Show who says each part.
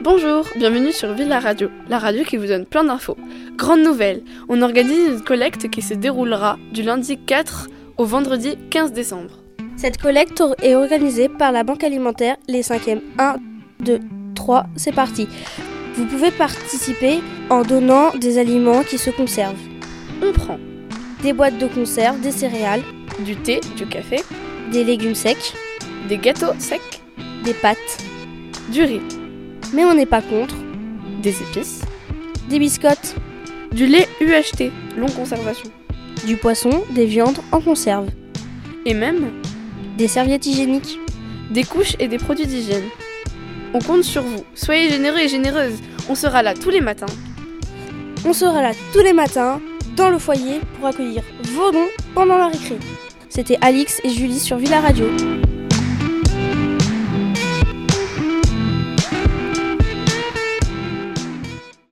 Speaker 1: Bonjour, bienvenue sur Ville la Radio, la radio qui vous donne plein d'infos. Grande nouvelle, on organise une collecte qui se déroulera du lundi 4 au vendredi 15 décembre.
Speaker 2: Cette collecte est organisée par la Banque alimentaire les 5e 1, 2, 3, c'est parti. Vous pouvez participer en donnant des aliments qui se conservent.
Speaker 1: On prend
Speaker 2: Des boîtes de conserve, des céréales,
Speaker 1: du thé, du café,
Speaker 2: des légumes secs,
Speaker 1: des gâteaux secs,
Speaker 2: des pâtes.
Speaker 1: du riz,
Speaker 2: Mais on n'est pas contre.
Speaker 1: des épices,
Speaker 2: Des biscottes,
Speaker 1: du lait UHT, longue conservation,
Speaker 2: du poisson, des viandes en conserve,
Speaker 1: et même
Speaker 2: des serviettes hygiéniques.
Speaker 1: des couches et des produits d'hygiène. On compte sur vous, soyez généreux et généreuses, on sera là tous les matins.
Speaker 2: On sera là tous les matins dans le foyer pour accueillir vos dons pendant la récré. C'était Alix et Julie sur Villa Radio.